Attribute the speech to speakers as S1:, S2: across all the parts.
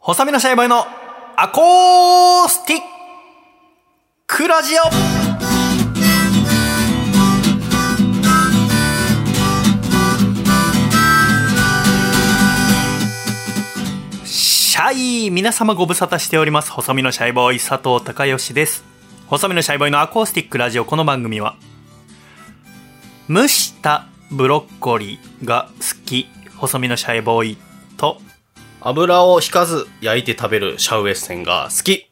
S1: 細身のシャイボーイのアコースティックラジオシャイ皆様ご無沙汰しております細身のシャイボーイ佐藤孝義です細身のシャイボーイのアコースティックラジオこの番組は蒸したブロッコリーが好き細身のシャイボーイと
S2: 油を引かず焼いて食べるシャウエッセンが好き。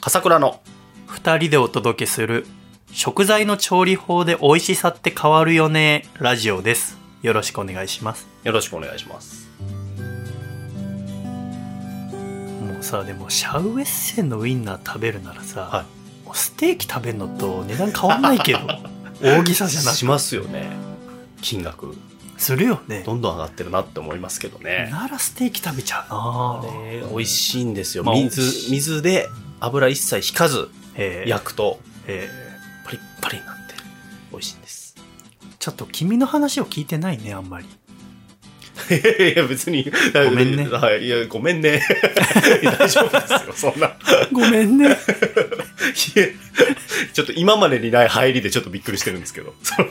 S2: 笠倉の。
S1: 2人でお届けする食材の調理法で美味しさって変わるよねラジオですよろしくお願いします
S2: よろしくお願いします。
S1: もうさでもシャウエッセンのウインナー食べるならさ、
S2: は
S1: もうステーキ食べるのと値段変わんない けど大げさじゃな
S2: しますよね。金額、
S1: くするよね
S2: どんどん上がってるなって思いますけどね。
S1: ならステーキ食べちゃうな
S2: ね美味しいんですよ。
S1: まあ
S2: 水、水で油一切引かず
S1: えー
S2: 焼くと、
S1: え
S2: パリッパリになって美味しいんです。
S1: ーちょっと君の話を聞いてないねあんまり
S2: いや、別に。ご
S1: めんね
S2: はい。いや、ごめん ね。大丈夫ですよ。そんな。
S1: ごめんね
S2: いえちょっと今までにない入りでちょっとびっくりしてるんですけど。その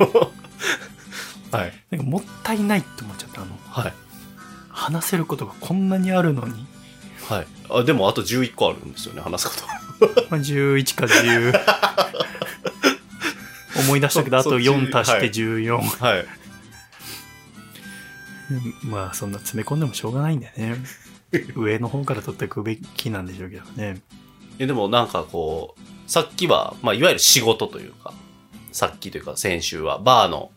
S2: はい。
S1: なんかもったいないって思っちゃったあの
S2: はい。
S1: 話せることがこんなにあるのに
S2: はい。あ、でもあと11個あるんですよね、話すこと。
S1: まあ、11か10 思い出したけどあ
S2: そ
S1: と
S2: う
S1: 4
S2: 10
S1: 足して14、
S2: はい。
S1: まあそんな詰め込んでもしょうが ないんだよね上の方から取っていくべきなんでしょうけどね
S2: えでもなんかこう、さっきは、まあ、いわゆる仕事というか、さっきというか先週は、バーの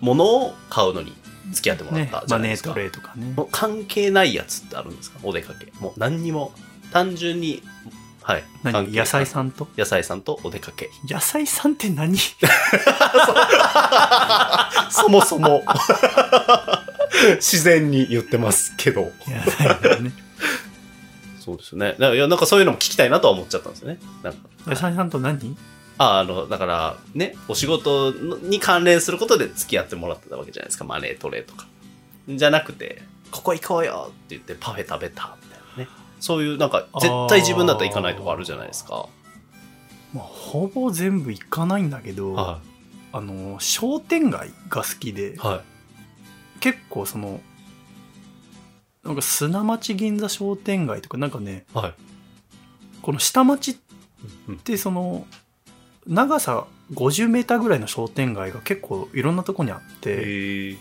S2: ものを買うのに付き合ってもらっ
S1: ね
S2: たじゃ
S1: マ
S2: ない
S1: ネー
S2: ですか。
S1: トレーとかね
S2: もう関係ないやつってあるんですかお出かけ。もう何にも、単純に、はい。関係
S1: 何
S2: ない
S1: 野菜さんと
S2: 野菜さんとお出かけ。
S1: 野菜さんって 何
S2: そもそも、 自然に言ってますけど。
S1: 野菜だよね
S2: そうですね。ないや、なんかそういうのも聞きたいなとは思っちゃったんですよね。なんか
S1: 野菜さんと何
S2: ああの、だから、ね、お仕事のに関連することで付き合ってもらってたわけじゃないですか。マネートレーとか。じゃなくて、ここ行こうよって言ってパフェ食べた、みたいなね。そういう、なんか、絶対自分だったら行かないとこあるじゃないですか。
S1: まあほぼ全部行かないんだけど、
S2: は
S1: あの商店街が好きで
S2: い。は
S1: 結構そのなんか砂町銀座商店街とかなんかね
S2: い。はい。
S1: この下町っ
S2: うん
S1: でその長さ50メーターぐらいの商店街が結構いろんなとこにあって
S2: へえ。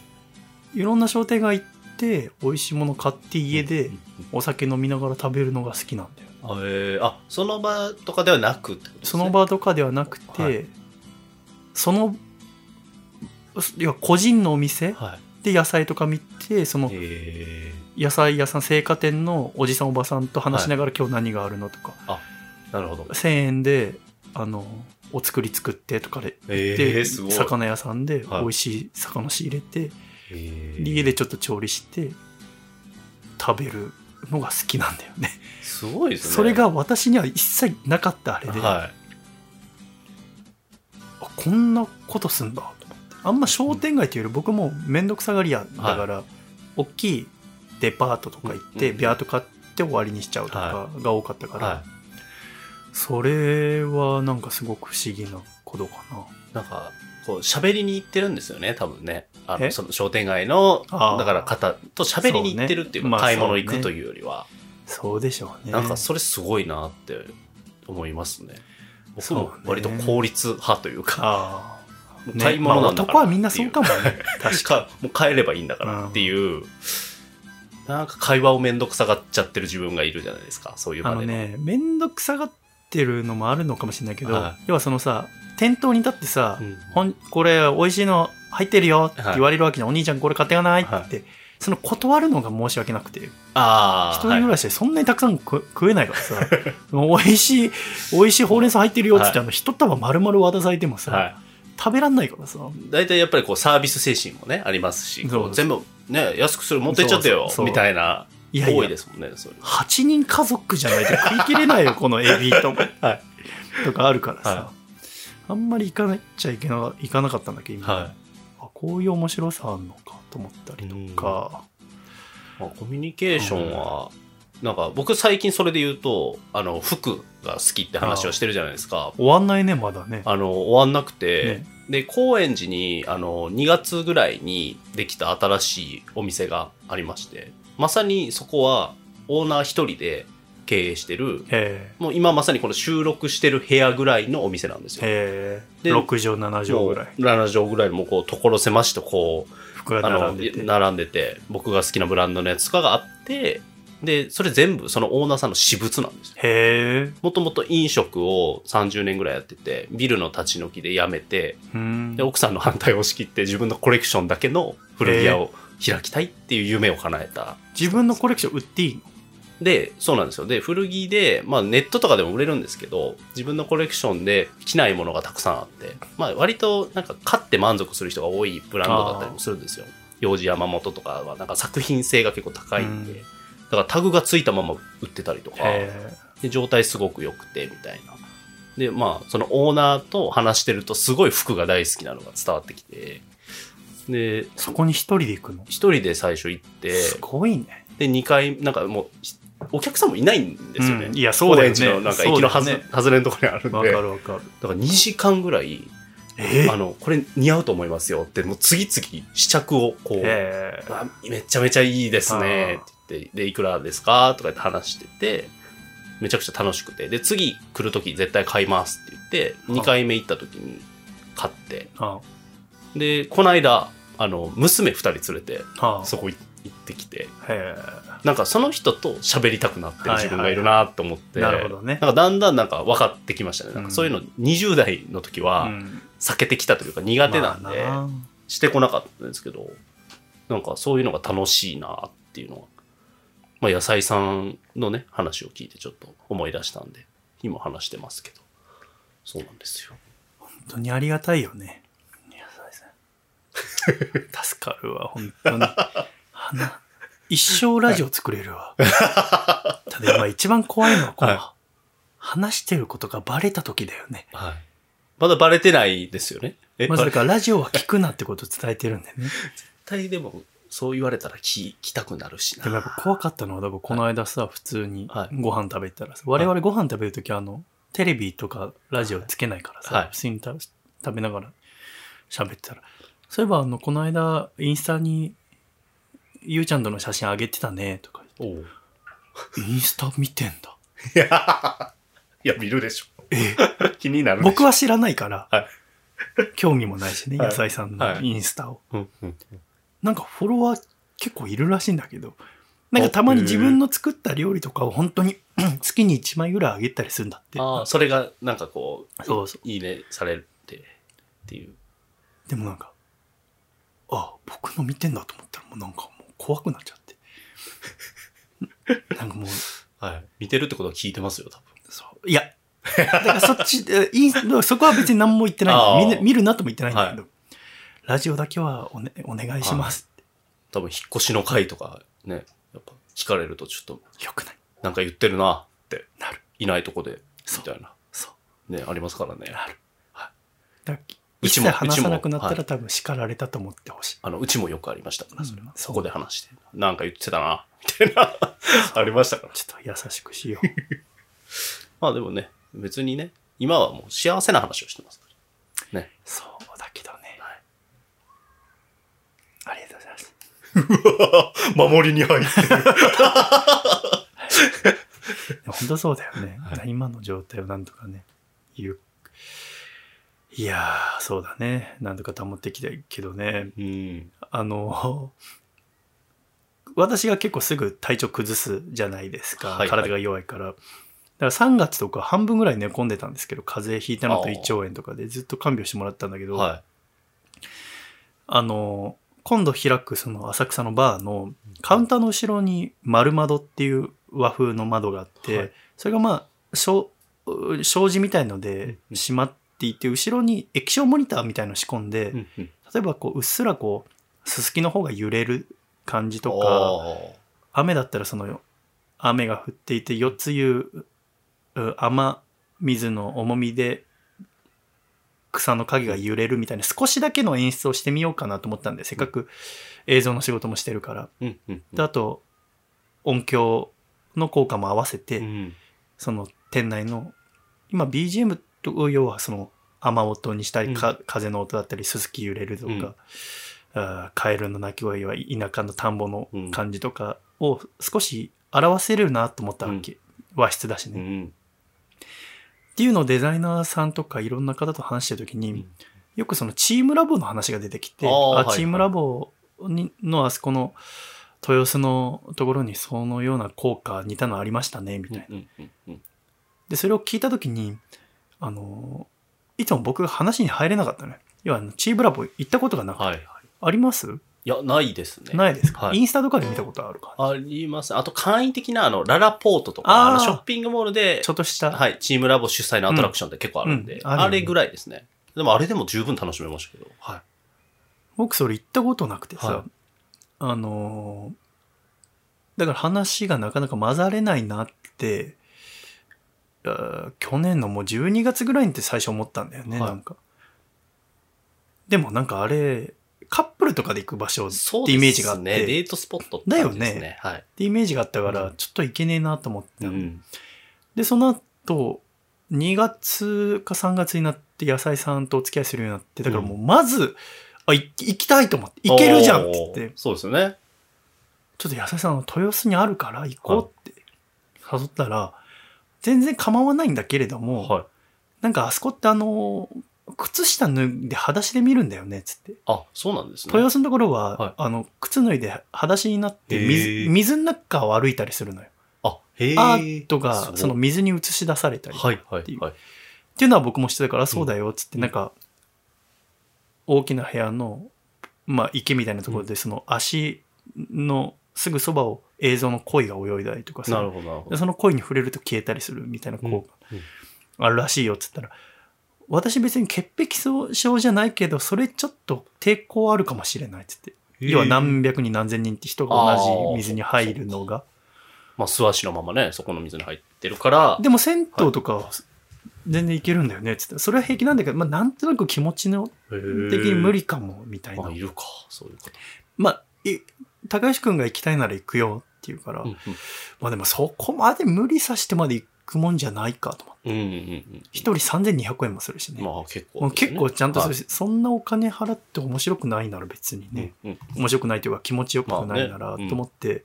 S1: いろんな商店街行って美味しいもの買って家で
S2: うん
S1: お酒飲みながら食べるのが好きなんだよ
S2: あえーあ、その場とかではなくってことです
S1: そ
S2: ね。
S1: の場とかではなくて、
S2: はい
S1: そのいや個人のお店
S2: はい。
S1: で野菜とか見てその
S2: え
S1: 野菜屋さん青果店のおじさんおばさんと話しながら今日何があるのとか、
S2: ー、なるほど。
S1: 1000円であのお作り作ってとかで
S2: え
S1: で
S2: ー、すごい。
S1: 魚屋さんで美
S2: はい
S1: 味しい魚仕入れて、
S2: へー
S1: で家でちょっと調理して食べるのが好きなんだよね
S2: すごいですね。
S1: それ、が私には一切なかったあれで、
S2: はい。
S1: あこんなことすんだと思ってあんま商店街というより僕も面倒くさがり屋だから、大きいデパートとか行って、
S2: うんうん
S1: ビャーっと買って終わりにしちゃうとかが多かったから、
S2: は。
S1: それはなんかすごく不思議なことかない
S2: なんか、こう、喋りに行ってるんですよね、多分ね。あ
S1: え
S2: の、その商店街の、
S1: あー
S2: だから方と喋りに行ってるっていう
S1: そうねま
S2: か、
S1: あ
S2: 買い物行
S1: そう
S2: く
S1: ね
S2: というよりは、
S1: そうでしょうね
S2: なんかそれすごいなって思いますね。僕
S1: そうね
S2: も割と効率派というか、
S1: ああ、ね
S2: 買い物なんだから
S1: まあ男
S2: っていう
S1: はみんなそうかもね確
S2: 確
S1: か
S2: か、もう帰ればいいんだからっていう、なんか会話をめんどくさがっちゃってる自分がいるじゃないですか、そういう
S1: あ
S2: 場
S1: の
S2: で。
S1: ね面倒くさがってるのもあるのかもしれないけど、
S2: は
S1: 要はそのさ店頭に立ってさ、
S2: うん
S1: ほんこれ美味しいの入ってるよって言われるわけじゃん、お兄ちゃんこれ買ってかないって、
S2: は
S1: その断るのが申し訳なくて一
S2: ああ、
S1: 人暮らしでそんなにたくさん食食えないからさ もう美味しい美味しいほうれん草入ってるよっつって、
S2: は
S1: あの一束丸々渡されてもさ、
S2: はい。はい
S1: 食べらんないからさ
S2: 大体やっぱりこうサービス精神もねありますし
S1: そう
S2: こう全部ね安くする持ってっちゃって
S1: そう
S2: よ
S1: そうそう
S2: みたいない
S1: やいや
S2: 多いですもんねそれ
S1: 8人家族じゃないと食い切れ ないよこのエビとか、
S2: はい
S1: とかあるからさ、
S2: は
S1: あんまり行かなっちゃいけな行かなかったんだけど今、
S2: は
S1: あこういう面白さあんのかと思ったりとか、
S2: まあ、コミュニケーションはなんか僕最近それで言うとあの服が好きって話をしてるじゃないですか
S1: 終わんないねまだね
S2: あの終わんなくて、
S1: ね
S2: で高円寺にあの2月ぐらいにできた新しいお店がありましてまさにそこはオーナー一人で経営してる
S1: へ
S2: もう今まさにこの収録してる部屋ぐらいのお店なんです
S1: え
S2: よ。
S1: へえ
S2: で
S1: 6畳7畳ぐらい
S2: もう7畳ぐらいのもうこう所狭しとこう
S1: 服が
S2: あの
S1: 並んでて
S2: 並んでて僕が好きなブランドのやつとかがあってでそれ全部そのオーナーさんの私物なんですよ
S1: へえ
S2: もともと飲食を30年ぐらいやっててビルの立ち退きで辞めて
S1: うん
S2: で奥さんの反対を押し切って自分のコレクションだけの古着屋を開きたいっていう夢を叶えた
S1: 自分のコレクション売っていいの
S2: でそうなんですよで古着で、まあ、ネットとかでも売れるんですけど自分のコレクションで着ないものがたくさんあって、まあ、割となんか買って満足する人が多いブランドだったりもするんですよ幼児山本とかはなんか作品性が結構高いんで、
S1: うん
S2: だからタグがついたまま売ってたりとか
S1: へ
S2: で状態すごく良くてみたいなでまあそのオーナーと話してるとすごい服が大好きなのが伝わってきてで
S1: えそこに一人で行くの
S2: 一人で最初行って
S1: すごいね
S2: で2回なんかもうひお客さんもいないんですよね、
S1: うんいやそうだよね
S2: 高円寺のなんか駅のはず、
S1: そうだよね
S2: 外れのところにあるんで
S1: わかるわかる
S2: だから2時間ぐらい
S1: え
S2: あのこれ似合うと思いますよってもう次々試着をこう、
S1: え
S2: あめちゃめちゃいいですねって言ってでいくらですかとか言って話しててめちゃくちゃ楽しくてで次来る時絶対買いますって言って2回目行った時に買って
S1: は
S2: でこの間あの娘2人連れて
S1: あはあ
S2: そこ行ってきて
S1: へ
S2: なんかその人と喋りたくなってる自分がいるなと思って、
S1: えなるほどね
S2: なんかだんだんなんか分かってきましたね。な
S1: う
S2: んか
S1: ん
S2: そういうの20代の時
S1: う
S2: は
S1: ん
S2: 避けてきたというか苦手なんで、
S1: まあな
S2: してこなかったんですけど、なんかそういうのが楽しいなっていうのは、まあ野菜さんのね、話を聞いてちょっと思い出したんで、今話してますけど、そうなんですよ。
S1: 本当にありがたいよねいやそうです ね助かるわ本当に花一生ラジオ作れる わただ今一番怖いのはこの、
S2: は
S1: 話してることがバレた時だよね
S2: はい。まだバレてないですよね。え、
S1: ま
S2: ま
S1: ず
S2: あ
S1: だ
S2: 絶
S1: からラジオは聞くなってことを伝えてるんでね
S2: 対でも、そう言われたら聞きたくなるしな。
S1: でもやっぱ怖かったのは、だからこの間さ、普通に
S2: はい
S1: ご飯食べたらさ、我々ご飯食べるときあの、テレビとかラジオつけないからさ、
S2: はい
S1: 普通にた食べながら喋ってたら、そういえばあの、この間、インスタに、ゆうちゃんとの写真あげてたね、とか
S2: おう
S1: 言って。インスタ見てんだ。
S2: いや、いや見るでしょ。 気になるでしょ。
S1: 僕は知らないから、
S2: はい
S1: 興味もないしね、
S2: はい
S1: 野菜さんのインスタを。
S2: うんうん
S1: なんかフォロワー結構いるらしいんだけど、なんかたまに自分の作った料理とかを本当に 月に1枚ぐらいあげたりするんだって。
S2: ああ、それがなんかこう、
S1: そうそ
S2: いいねされてっていう。
S1: でもなんか、あ僕の見てんだと思ったらもうなんかもう怖くなっちゃって。 なんかもう、
S2: はい。見てるってことは聞いてますよ、多分。
S1: そういや、だからそっち、えインスタそこは別に何も言ってないんだ
S2: あー
S1: 見ね見るなとも言ってないんだけど、ラジオだけはお,、ね、お願いします。
S2: 多分、引っ越しの回とかね、やっぱ聞かれるとちょっと、
S1: よくない。
S2: なんか言ってるなって、
S1: なる。
S2: いないとこで、
S1: そ
S2: みたいな。
S1: そう。
S2: ね、ありますからね。
S1: なる。
S2: はい
S1: だから
S2: う
S1: 一
S2: ち
S1: 切
S2: も
S1: 話さなくなった
S2: うちもは
S1: ら多分叱られたと思ってほしい。
S2: あの、うちもよくありましたから、それ
S1: うん
S2: は。
S1: そ
S2: そうこで話して、なんか言ってたな、みたいな、 ありましたから。
S1: ちょっと優しくしよう。
S2: まあでもね、別にね、今はもう幸せな話をしてますから。
S1: そうだけどね。
S2: はい
S1: ありがとうございます。
S2: 守りに入ってる。
S1: でも本当そうだよね。
S2: は
S1: 今の状態をなんとかね、言う。いやー、そうだね。なんとか保ってきたけどね。
S2: うん。
S1: あの、 私が結構すぐ体調崩すじゃないですか。
S2: はいはい
S1: 体が弱いから。だから3月とか半分ぐらい寝込んでたんですけど、風邪ひいたのと胃腸炎とかでずっと看病してもらったんだけど、
S2: は
S1: あの、今度開くその浅草のバーのカウンターの後ろに丸窓っていう和風の窓があって、
S2: はい
S1: それがまあ、障障子みたいので
S2: うん
S1: 閉まっていて、後ろに液晶モニターみたいの仕込んで、
S2: い。うんうん
S1: 例えばこう、うっすらこう、すすきの方が揺れる感じとか、
S2: あー
S1: 雨だったらその、雨が降っていて、夜露、う雨水の重みで、草の影が揺れるみたいな少しだけの演出をしてみようかなと思ったんで、せっかく映像の仕事もしてるから。
S2: うんうんうん
S1: であと音響の効果も合わせて、
S2: うん
S1: その店内の今 BGM と要はその雨音にしたり、か風の音だったりススキ揺れるとか、あーカエルの鳴き声は田舎の田んぼの感じとかを少し表せるなと思ったわけ、和室だし
S2: う
S1: ね、っ
S2: ん
S1: ていうのをデザイナーさんとかいろんな方と話してる時に、
S2: うん
S1: よくそのチームラボの話が出てきて
S2: あー
S1: あ
S2: はい
S1: チームラボにのあそこの豊洲のところにそのような効果似たのありましたねみたいな。
S2: うんうんうん
S1: で、それを聞いたときに、あのー、いつも僕が話に入れなかったのよ。要はあの、チーブラボ行ったことがなくて、
S2: はいはい
S1: あります
S2: いやないですね
S1: ないですか、
S2: はい
S1: インスタとかで見たことあるか
S2: ありますあと簡易的なあのララポートとか
S1: あー
S2: あのショッピングモールで
S1: ちょっとした、
S2: はい、チームラボ主催のアトラクションって結構あるんで、
S1: うんうんあるよね
S2: あれぐらいですね。でもあれでも十分楽しめましたけど。は
S1: 僕それ行ったことなくてさ、
S2: はい
S1: あのーだから話がなかなか混ざれないなって、あー去年のもう12月ぐらいにって最初思ったんだよね、
S2: はい
S1: なんか。でもなんかあれ、カップルとかで行く場所っ
S2: い。そう
S1: て
S2: ですね。
S1: イメージがあって、
S2: デ
S1: っ
S2: ートスポットって感じですね。
S1: だよ
S2: はい。
S1: てイメージがあったか
S2: う
S1: ら
S2: ん、
S1: ちょっと行けねえなと思ってた
S2: う
S1: の
S2: ん。
S1: で、その後、2月か3月になって野菜さんとお付き合いするようになって、だからもうまず、あ、い行きたいと思って、行けるじゃんって言って
S2: おー、そうですよね。
S1: ちょっと野菜さん、豊洲にあるから行こうって誘ったら、全然構わないんだけれども、
S2: はい。
S1: なんかあそこってあの、靴下脱いで裸足で見るんだよね、つって。
S2: あ、そうなんですね。
S1: 豊洲のところは、
S2: はい
S1: あの、靴脱いで裸足になって
S2: へ
S1: 水、
S2: ー
S1: 水の中を歩いたりするのよ。
S2: あ、へえ。
S1: アート
S2: す
S1: が
S2: ごい
S1: その水に映し出されたりとか
S2: はいはい
S1: っていう
S2: はい。
S1: っていうのは僕もしてたからそうだよっつって
S2: うん
S1: なんか大きな部屋のまあ池みたいなところでその足のすぐそばを映像の鯉が泳いだりとか
S2: な
S1: さ
S2: るほどなるほ
S1: で
S2: ど。
S1: その鯉に触れると消えたりするみたいな効果
S2: うんうん
S1: あるらしいよっつったら私別に潔癖症じゃないけどそれちょっと抵抗あるかもしれないっつって要は何百人何千人って人が同じ水に入るのが
S2: まあ素足のままね、そこの水に入ってるから、
S1: でも銭湯とかは全然いけるんだよねっつってそれは平気なんだけどまあなんとなく気持ちの的に無理かもみたい
S2: まあ。
S1: ない
S2: るか、そういうこと。
S1: まあ、い高橋くんが行きたいなら行くよって言うから、
S2: うん
S1: まあでもそこまで無理させてまで行くもんじゃないかと思って。
S2: うんうんうん
S1: 一人3200円もするし
S2: う
S1: ね。
S2: ん。まあ結構。
S1: もう結構ちゃんとする
S2: し。
S1: し、そんなお金払って面白くないなら別に
S2: はい
S1: ね、
S2: うんうん
S1: 面白くないというか気持ちよくないな
S2: ま
S1: ら
S2: あねうん
S1: と思って、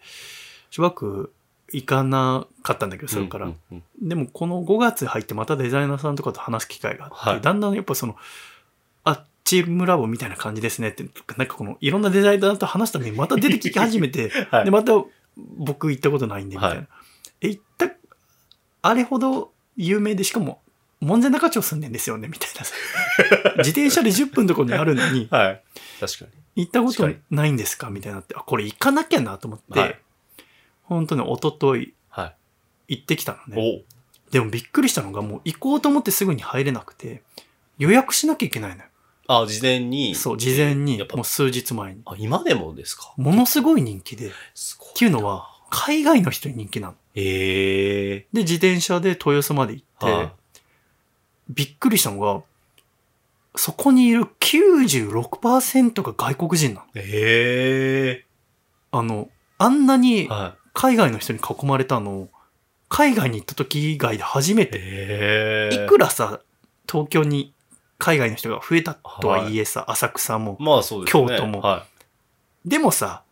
S1: しばらく行かなかったんだけど、それから。
S2: うんうんうん
S1: でもこの5月入ってまたデザイナーさんとかと話す機会があって、
S2: はい
S1: だんだんやっぱその、あ、チームラボみたいな感じですねって、なんかこのいろんなデザイナーと話すためにまた出てき始めて、
S2: はい
S1: で、また僕行ったことないんでみたいな。
S2: は
S1: え、行った、あれほど有名で、しかも門前仲町住んでんですよねみたいなさ。 自転車で10分のところにあるのに、
S2: はい。確かに。
S1: 行ったことないんですかみたいになって、あ、これ行かなきゃなと思って、
S2: はい
S1: 本当に一昨日
S2: はい。
S1: 行ってきたのね。
S2: おう
S1: でもびっくりしたのがもう行こうと思ってすぐに入れなくて予約しなきゃいけないのよ。
S2: あ、事前に。
S1: そう、事前
S2: や
S1: に
S2: っ、ぱ
S1: もう数日前に。
S2: あ、今でもですか
S1: ものすごい人気で、っ
S2: すごい。
S1: ていうのは海外の人に人気なの。
S2: ええ
S1: で、自転車で豊洲まで行って、
S2: はい
S1: びっくりしたのが、そこにいる96%が外国人なの。
S2: え
S1: あの、あんな
S2: え
S1: に
S2: は
S1: 海外の人に囲まれたの、海外に行った時以外で初め
S2: い。
S1: て。
S2: ええ
S1: いくらさ、東京に海外の人が増えたとはいえさ、浅草も、
S2: まあそうですね。
S1: 京都も
S2: は
S1: でもさ、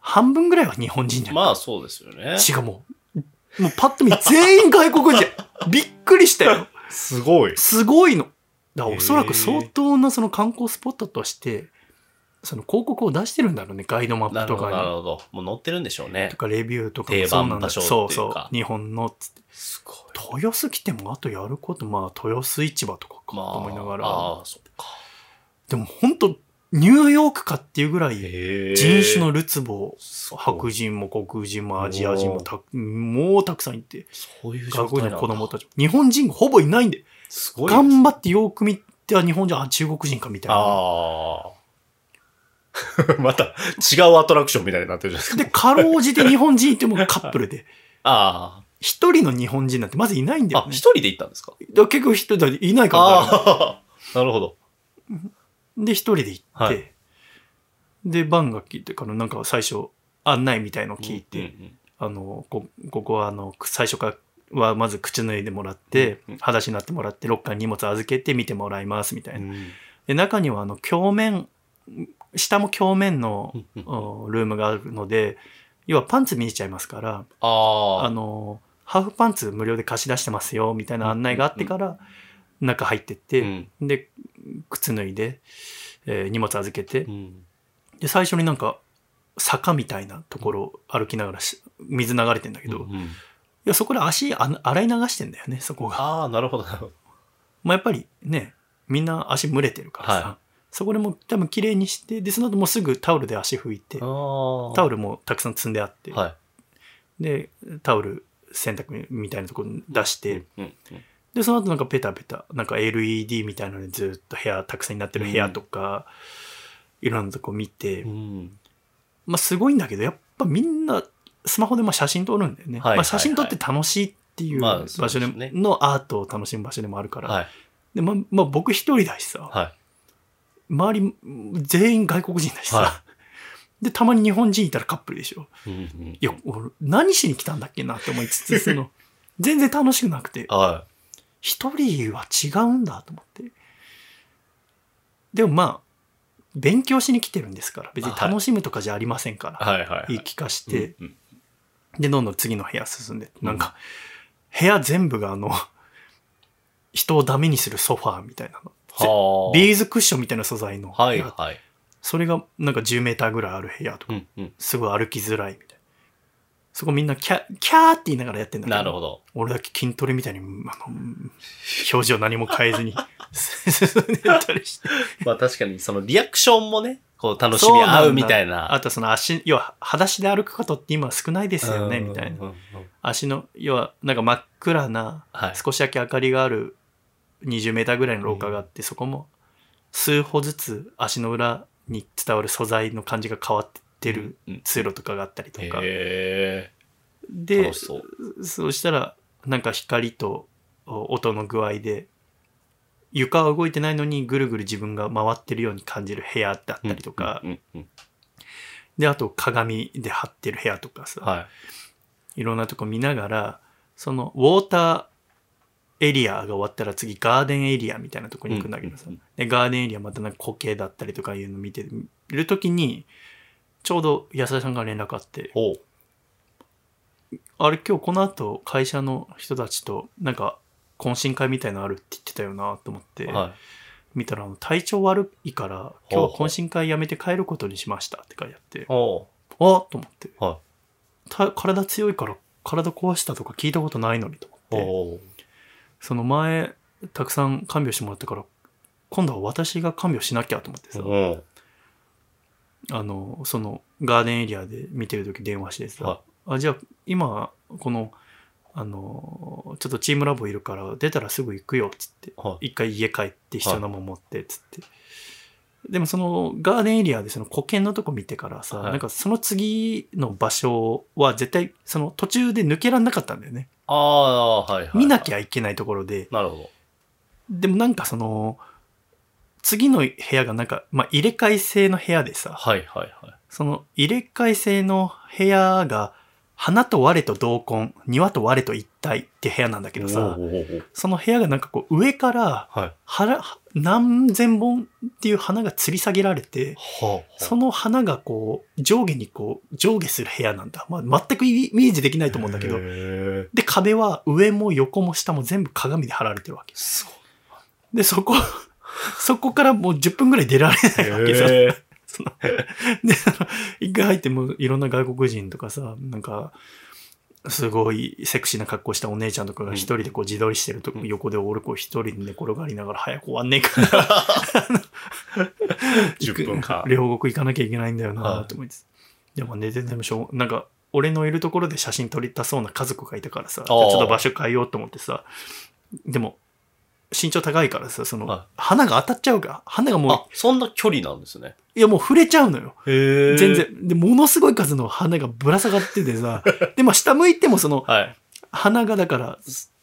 S1: 半分ぐらいは日本人じ
S2: い。
S1: ゃん。
S2: まあそうですよね。
S1: 違う、もう、もうパッと見全員外国人。 びっくりしたよ。
S2: すごい。
S1: すごいの。だから
S2: へー
S1: おそらく相当なその観光スポットとして、その広告を出してるんだろうね、ガイドマッ
S2: な
S1: プ
S2: る
S1: と
S2: ほど、なる
S1: か
S2: ほど。もう乗ってるんでしょう
S1: に。
S2: ね
S1: と。かレビューとかも
S2: 定
S1: そう
S2: 番
S1: なんだ
S2: 場所
S1: そう
S2: ってい
S1: そうう
S2: か。
S1: 日本のっつって。
S2: すごい。
S1: 豊洲来てもあとやること、まあ豊洲市場とかかと
S2: まあ、
S1: 思いながら。
S2: ああ、そっか。
S1: でも本当ニューヨークかっていうぐらい
S2: ええ
S1: 人種のるつぼ、
S2: すごい
S1: 白人も黒人もアジア人もたもうたくさんいて
S2: そういう
S1: 外
S2: 状
S1: 国
S2: 態
S1: 人
S2: な
S1: の
S2: ん
S1: 子供
S2: だ
S1: たちも日本人ほぼいないんです
S2: ごいですね。
S1: 頑張ってよく見てあ日本人あ中国人かみたいな
S2: ああ。 また違うアトラクションみたいになってるじゃないですか。
S1: でかろうじて日本人いてもカップルで
S2: あ
S1: 一人の日本人なんてまずいないんだ
S2: あ。あ
S1: よ、、ね
S2: 一、人で行ったんですか
S1: だから結構一人だいないから
S2: ああ、なるほど。
S1: で一人で行って、
S2: はい
S1: でバンが聞いてからなんか最初案内みたいの聞いて、
S2: うんうん
S1: あのこここはあのく最初からはまず靴脱いでもらって、
S2: うんうん
S1: 裸足になってもらってロッカーに荷物預けて見てもらいますみたいな、
S2: うん
S1: で中にはあの鏡面下も鏡面の
S2: うんうん
S1: おルームがあるので要はパンツ見えちゃいますからあ
S2: あー
S1: のハーフパンツ無料で貸し出してますよみたいな案内があってから中入ってっ
S2: う
S1: て、
S2: ん
S1: で靴脱いで、えー荷物預けて
S2: うん
S1: で最初になんか坂みたいなところを歩きながらし水流れてんだけど、
S2: う
S1: い
S2: んうん
S1: やそこで足あ洗い流してんだよねそこが。
S2: ああなるほどなるほど
S1: まあ、やっぱりねみんな足蒸れてるからさ、
S2: は
S1: そこでもう多分綺麗にしてでその後もうすぐタオルで足拭いてタオ
S2: ル
S1: ルもたくさん積んであって、
S2: は
S1: でタオル洗濯みたいなところに出し
S2: い。
S1: て、
S2: うんうん
S1: でその後なんかペタペタなんか LED みたいなのでずっと部屋たくさんになってる部屋とか、いろんなとこ見て、
S2: うん
S1: まあすごいんだけどやっぱみんなスマホでまあ写真撮るんだよね、
S2: はい
S1: まあ、写真撮って楽しいっていう
S2: はいはい
S1: 場所で,、
S2: まあそうですね
S1: のアートを楽しむ場所でもあるから、
S2: はい。
S1: でまあまあ、僕一人だしさ、
S2: は
S1: 周り全員外国人だしさ、
S2: は
S1: でたまに日本人いたらカップルでしょ
S2: い。うんうん
S1: いや俺何しに来たんだっけなって思い つつその全然楽しくなくて
S2: は
S1: 一人は違うんだと思ってでもまあ勉強しに来てるんですから別に楽しむとかじゃありませんから、
S2: い。はいはいはい。
S1: 言い聞かして、
S2: うんうん
S1: でどんどん次の部屋進んでって
S2: うん
S1: なんか部屋全部があの人をダメにするソファーみたいなの
S2: はあ。
S1: ビーズクッションみたいな素材の、
S2: はいはい。
S1: それがなんか10メーターぐらいある部屋とか、
S2: うんうん。
S1: すごい歩きづらいみたいな。そこみんなキャキャーって言いながらやってんだけど。
S2: なるほど。
S1: 俺だけ筋トレみたいに、あの、表情何も変えず に進んでたりして。
S2: まあ確かにそのリアクションもね、こう楽しみ合うみたいな。
S1: あとその足、要は裸足で歩くことって今少ないですよね、
S2: うん
S1: みたいな。
S2: うんうん
S1: 足の、要はなんか真っ暗な、
S2: はい。
S1: 少しだけ明かりがある20メーターぐらいの廊下があって、そこも数歩ずつ足の裏に伝わる素材の感じが変わってる
S2: うん
S1: 通路とかがあったりとか、
S2: へえ。
S1: で
S2: 楽しそう。
S1: そうしたらなんか光とお音の具合で床は動いてないのにぐるぐる自分が回ってるように感じる部屋だったりとか、
S2: うんうん
S1: であと鏡で貼ってる部屋とかさ、、
S2: うん。はい
S1: ろんなとこ見ながらそのウォーターエリアが終わったら次ガーデンエリアみたいなとこ
S2: い。
S1: に行くんだけどさ、
S2: ううん
S1: でガーデンエリアまたなんか苔だったりとかいうの見てる時にちょうど安田さんから連絡あって
S2: ほう。
S1: あれ今日この後会社の人たちとなんか懇親会みたいのあるって言ってたよなと思って、
S2: は
S1: 見たらあの体調悪いから今日は懇親会やめて帰ることにしましたって書いてあって
S2: い。ほ
S1: あっと思って、
S2: は
S1: た体強いから体壊したとか聞いたことないのにと
S2: う。
S1: 思って
S2: ほ
S1: その前たくさん看病してもらったから今度は私が看病しなきゃと思って
S2: う。
S1: さ、
S2: うん。
S1: あのそのガーデンエリアで見てる時電話してさ、
S2: は
S1: あじゃあ今このあのちょっとチームラボいるから出たらすぐ行くよっつって
S2: はい。
S1: 一回家帰って必要なもん持ってっつって、でもそのガーデンエリアでその苔のとこ見てからさ、
S2: はい
S1: なんかその次の場所は絶対その途中で抜けられなかったんだよね、
S2: ああ、はいはい。
S1: 見なき
S2: ゃ。
S1: ゃいけないところで
S2: なるほ
S1: でもなんかその次の部屋がなんか、まあ、入れ替え制の部屋でさ、
S2: ど。はいはいはい。
S1: その入れ替え制の部屋が、花と我と同根、庭と我と一体って部屋なんだけどさ、
S2: ほうほうほう
S1: その部屋がなんかこう上から、
S2: はい。
S1: 花何千本っていう花が吊り下げられて、
S2: はあ。
S1: その花がこう上下にこう上下する部屋なんだ。まあ、全くイメージできないと思うんだけど
S2: へ。ー
S1: で、壁は上も横も下も全部鏡で貼られてるわけ。
S2: す
S1: で、そこ、 そこからもう10分ぐらい出られないわけさ。
S2: へー
S1: その、で、 その一回入ってもいろんな外国人とかさ、なんか、すごいセクシーな格好したお姉ちゃんとかが一人でこう自撮りしてると、
S2: うん
S1: 横で俺こう一人で寝転がりながら早く終わんねえかな。
S2: 10分間
S1: 両国行かなきゃいけないんだよな
S2: はい
S1: と思いつつ。でも寝ててもしょう、なんか俺のいるところで写真撮りたそうな家族がいたからさ、ちょっと場所変えようと思ってさ、でも身長高いからさ、そ
S2: はい
S1: の、花が当たっちゃうから、花がも
S2: あ、そんな距離なんですね。
S1: う、いやもう触れちゃうのよ。
S2: へ
S1: 全。然。で、ものすごい数の花がぶら下がっててさ、で、まあ下向いてもその、
S2: はい。
S1: 花がだから、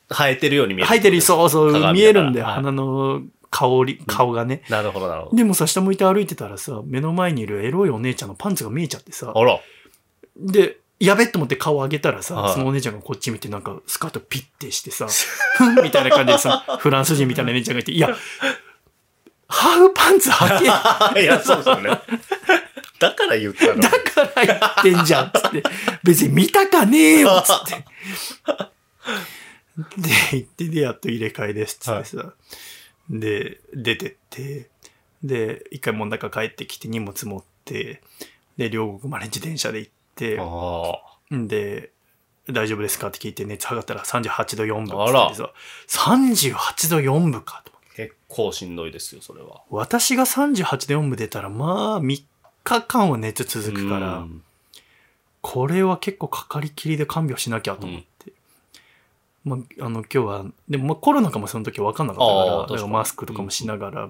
S2: 生えてるように見える。
S1: 生えてる、そうそう、
S2: 鏡
S1: 見えるんだよ、
S2: はい
S1: 花の香り、顔がね。
S2: なるほど、なるほど。
S1: でもさ、下向いて歩いてたらさ、目の前にいるエロいお姉ちゃんのパンツが見えちゃってさ、
S2: あら。
S1: で、やべって思って顔上げたらさ、
S2: はい
S1: そのお姉ちゃんがこっち見てなんかスカートピッてしてさ、ふんみたいな感じでさ、フランス人みたいな姉ちゃんがいて、いや、ハーフパンツ履け、だ
S2: いや、そうですよね。だから言ったの。
S1: から言ってんじゃん、つって。別に見たかねえよ、つ って。で、行って、で、やっと入れ替えです、つってさ。で、出てって、で、一回もんだから帰ってきて荷物持って、で、両国まで自転車で行って、
S2: あ
S1: で、大丈夫ですかって聞いて熱測ったら38度4分
S2: あら
S1: ってさ、38度4分かと。
S2: ー結構しんどいですよ、それは。
S1: 私が38度4分出たら、まあ3日間は熱続くから、
S2: うん
S1: これは結構かかりきりで看病しなきゃと思って。まあ、あの、今日は、でもまあコロナかもその時分かんなかったから
S2: ああ、
S1: だか
S2: 確
S1: ら
S2: かに
S1: マスクとかもしながら、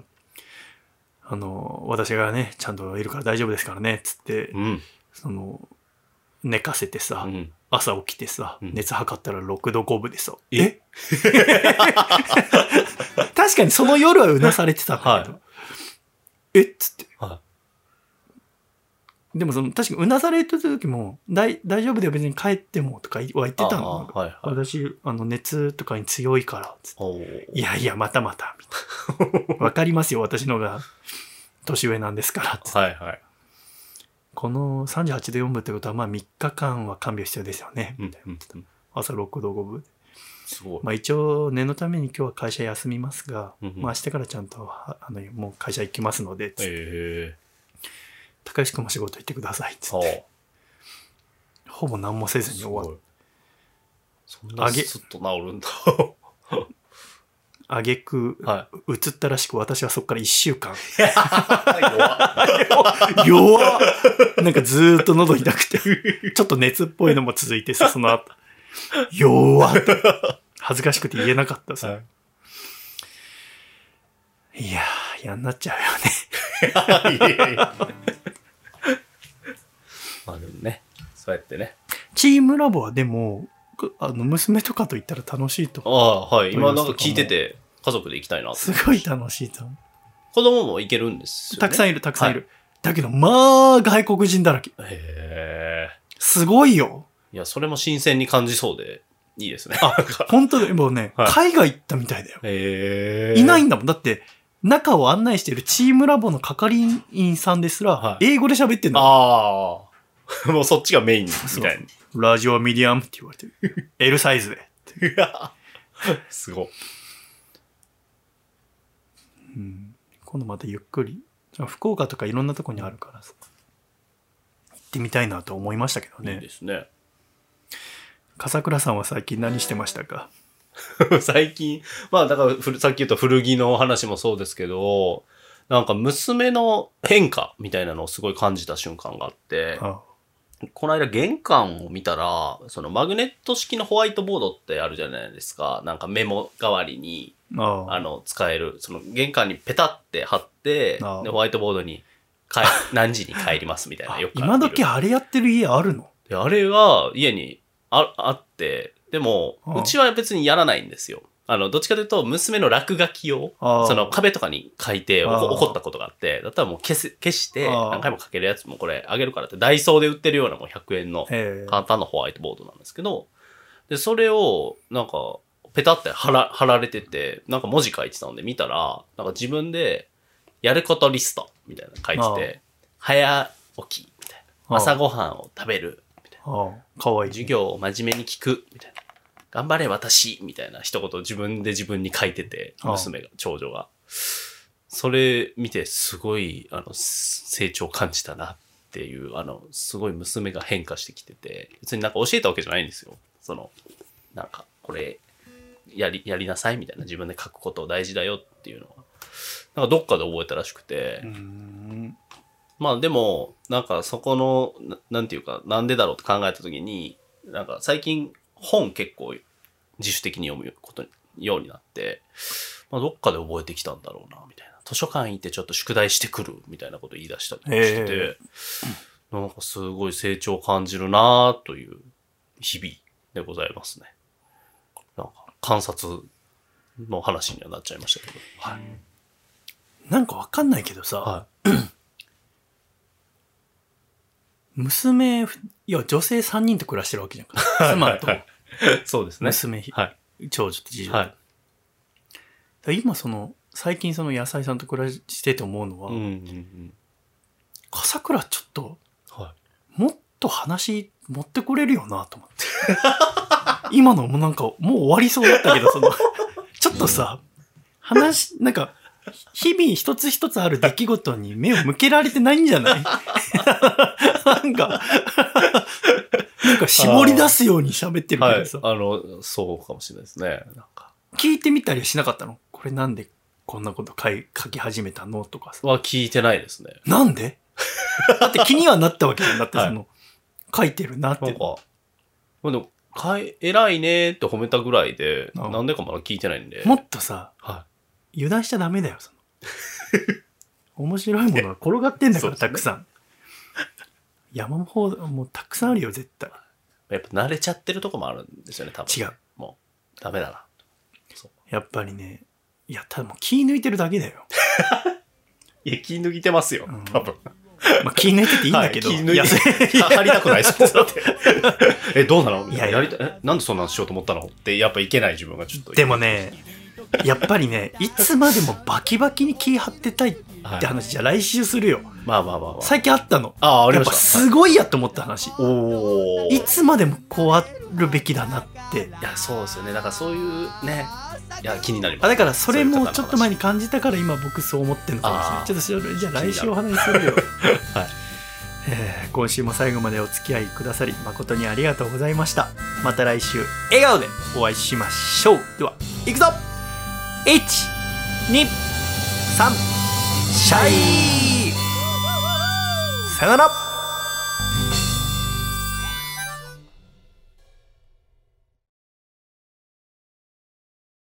S1: あの、私がね、ちゃんといるから大丈夫ですからね、つって、
S2: うん。
S1: その、寝かせてさ、
S2: うん
S1: 朝起きてさ、
S2: うん
S1: 熱測ったら6度5分でさ、
S2: え
S1: え確かにその夜はうなされてたんだけど、えっつって。
S2: は
S1: でもその、確かにうなされてた時も、大大丈夫だよ別に帰ってもとかは言ってた
S2: ああ
S1: の。
S2: はいはい。
S1: 私、あの、熱とかに強いから、つって。
S2: おー
S1: いやいや、またま た、みたいな。わかりますよ、私のが年上なんですから、つって。
S2: はいはい。
S1: この38度4分ってことは、まあ3日間は看病必要ですよね。
S2: うんうんうん
S1: 朝6度5分。
S2: すごい。
S1: まあ、一応念のために今日は会社休みますが、
S2: うんうん
S1: まあ、明日からちゃんとはあのもう会社行きますのでつって
S2: え
S1: 高吉君も仕事行ってください」つ
S2: ー。は
S1: って
S2: あ。
S1: ほぼ何もせずに
S2: す
S1: 終
S2: ごい
S1: わっ。
S2: そんな
S1: 上げ
S2: すっと治るんだ。
S1: あげく
S2: は
S1: 移ったらしく私はそこから1週 間
S2: い。
S1: 弱っなんかずーっと喉痛くてちょっと熱っぽいのも続いてさその後弱っ恥ずかしくて言えなかったさ、、
S2: はい
S1: やー嫌になっちゃうよね
S2: いやいやいやまあでもね、そうやってね。
S1: チームラボはでもあの娘とかと行ったら楽しいと
S2: ああ、はい。
S1: 今
S2: 今
S1: な
S2: なんん
S1: か
S2: か
S1: 聞
S2: 聞
S1: い
S2: い
S1: て
S2: てて、家族で行きたいな
S1: すごい楽しいと思う
S2: 子供も行けるんですよ、ね。
S1: たくさん
S2: ん。
S1: いる、たくさんいる。だけど、まあ、外国人だらけ。
S2: へえ。
S1: すごいよ。
S2: いや、それも新鮮に感じそうで、いいですね。
S1: 本当でもうね、
S2: はい
S1: 海外行ったみたいだよ。
S2: へえ。
S1: いないんだもん。だって、中を案内してるチームラボの係員さんですら、
S2: はい
S1: 英語で喋ってんだ。
S2: ああ。 もうそっちがメインみたいな。
S1: ラジオミディアムって言われて る。L サイズで。
S2: うわすごい。
S1: うん今度またゆっくり。福岡とかいろんなとこにあるからさ。行ってみたいなと思いましたけど
S2: いい
S1: ね
S2: で。すね。
S1: 笠倉さんは最近何してましたか
S2: 最近、まあだからふる、さっき言った古着の話もそうですけど、なんか娘の変化みたいなのをすごい感じた瞬間があって、
S1: あ
S2: この間玄関を見たら、そのマグネット式のホワイトボードってあるじゃないですか。なんかメモ代わりに、
S1: あ
S2: あの、使える。その玄関にペタって貼って、で
S1: ああ
S2: ホワイトボードに、 帰何時に帰りますみたいな。
S1: あ
S2: よくある
S1: 今時あれやってる家あるの
S2: で、あれは家にああって、でも、
S1: ああ
S2: うちは別にやらないんですよ。あの、どっちかというと、娘の落書きを、
S1: ああ
S2: その壁とかに書いて、お
S1: ああ
S2: こ怒ったことがあって、だったらもう消せ消して、
S1: ああ
S2: 何回も書けるやつもこれあげるからって、ダイソーで売ってるようなもう100円の
S1: ええ
S2: 簡単なホワイトボードなんですけど、で、それを、なんか、ペタって貼ら貼られてて、なんか文字書いてたので見たら、なんか自分で、やることリストみたいなの書いてて、早起き、みたい
S1: ああ
S2: な。朝ごはんを食べる、みたいな。
S1: ああ、かわいい。
S2: 授業を真面目に聞く、みたいな。頑張れ私、みたいな一言自分で自分に書いてて、
S1: ああ
S2: 娘が、長女が。それ見て、すごい、あの、す成長感じたなっていう、あの、すごい娘が変化してきてて、別になんか教えたわけじゃないんですよ。その、なんか、これ、やり、やりなさいみたいな自分で書くこと大事だよっていうのは、なんかどっかで覚えたらしくて、
S1: うーん
S2: まあでも、なんかそこの、ななんていうか、なんでだろうって考えたときに、なんか最近本結構自主的に読むことにようになって、まあどっかで覚えてきたんだろうな、みたいな。図書館行ってちょっと宿題してくる、みたいなこと言い出したりしてて、なんかすごい成長を感じるなという日々でございますね。なんか観察の話にはなっちゃいましたけど。はい。
S1: なんかわかんないけどさ、
S2: は
S1: 娘ふ、いや、女性3人と暮らしてるわけじゃんか。妻と
S2: はいはいそうですね。
S1: 娘、
S2: はい。
S1: 長女と次女。
S2: はい。
S1: だから今その、最近その野菜さんと暮らしてて思うのは、
S2: うんうんうん。
S1: 笠倉ちょっと、
S2: は
S1: もっと話持ってこれるよなと思って。 今のもなんか、もう終わりそうだったけど、その、 ちょっとさ、話、なんか、日々一つ一つある出来事に目を向けられてないんじゃない なんか、なんか絞り出すように喋って
S2: い。
S1: る
S2: は
S1: け
S2: い
S1: ど。さ、
S2: あの、そうかもしれないですね。なんか。
S1: 聞いてみたりはしなかったのこれなんでこんなこと書い書き始めたのとかさ。
S2: は聞いてないですね。
S1: なんで だって気にはなったわけじゃん。だって
S2: はい
S1: その、書いてるなっ
S2: な
S1: て
S2: ん。か、まあでも、かえ、偉いねって褒めたぐらいで、
S1: あ
S2: なんでかまだ聞いてないんで。
S1: もっとさ、
S2: は
S1: 油断しちゃダメだよ、その。面白いものは転がってんだから、
S2: そうですね
S1: たくさん。山の方、もうたくさんあるよ、絶対。
S2: い。やっぱ慣れちゃってるとこもあるんですよね、多分。
S1: 違う。
S2: もう、ダメだな。
S1: やっぱりね、いや、ただもう気抜いてるだけだ よ。
S2: いや、気抜いてますよ
S1: うん、
S2: 多分。
S1: まあ、気抜いてていいんだけど。
S2: はい気抜い
S1: やそれ
S2: て、入りたくな いですもんだって。 え、どうなのみたい
S1: い
S2: な。
S1: や
S2: や
S1: いや
S2: りたい。えなんでそんなのしようと思ったのって、やっぱいけない自分がちょっと。
S1: でもね、やっぱりね、いつまでもバキバキに気張ってたいっ
S2: はい
S1: て話じゃ来週するよ。
S2: まあまあまあまあ。
S1: 最近あったの。
S2: ああ、あり
S1: やっ
S2: ま
S1: ぱ
S2: した。
S1: すごいやと思った話。
S2: おー
S1: いつまでもこうあるべきだなって。
S2: いや、そうですよね。なんかそういうね、いや、気になります。
S1: あだからそれ
S2: そうい
S1: も
S2: う方の話
S1: ちょっと前に感じたから今僕そう思ってるのかもしれな
S2: あ
S1: い
S2: ー
S1: ちょっとそれじゃあ来週お話しするよ、
S2: はい
S1: えー今週も最後までお付き合いくださり誠にありがとうございましたまた来週笑顔でお会いしましょうではいくぞ123シャイさよなら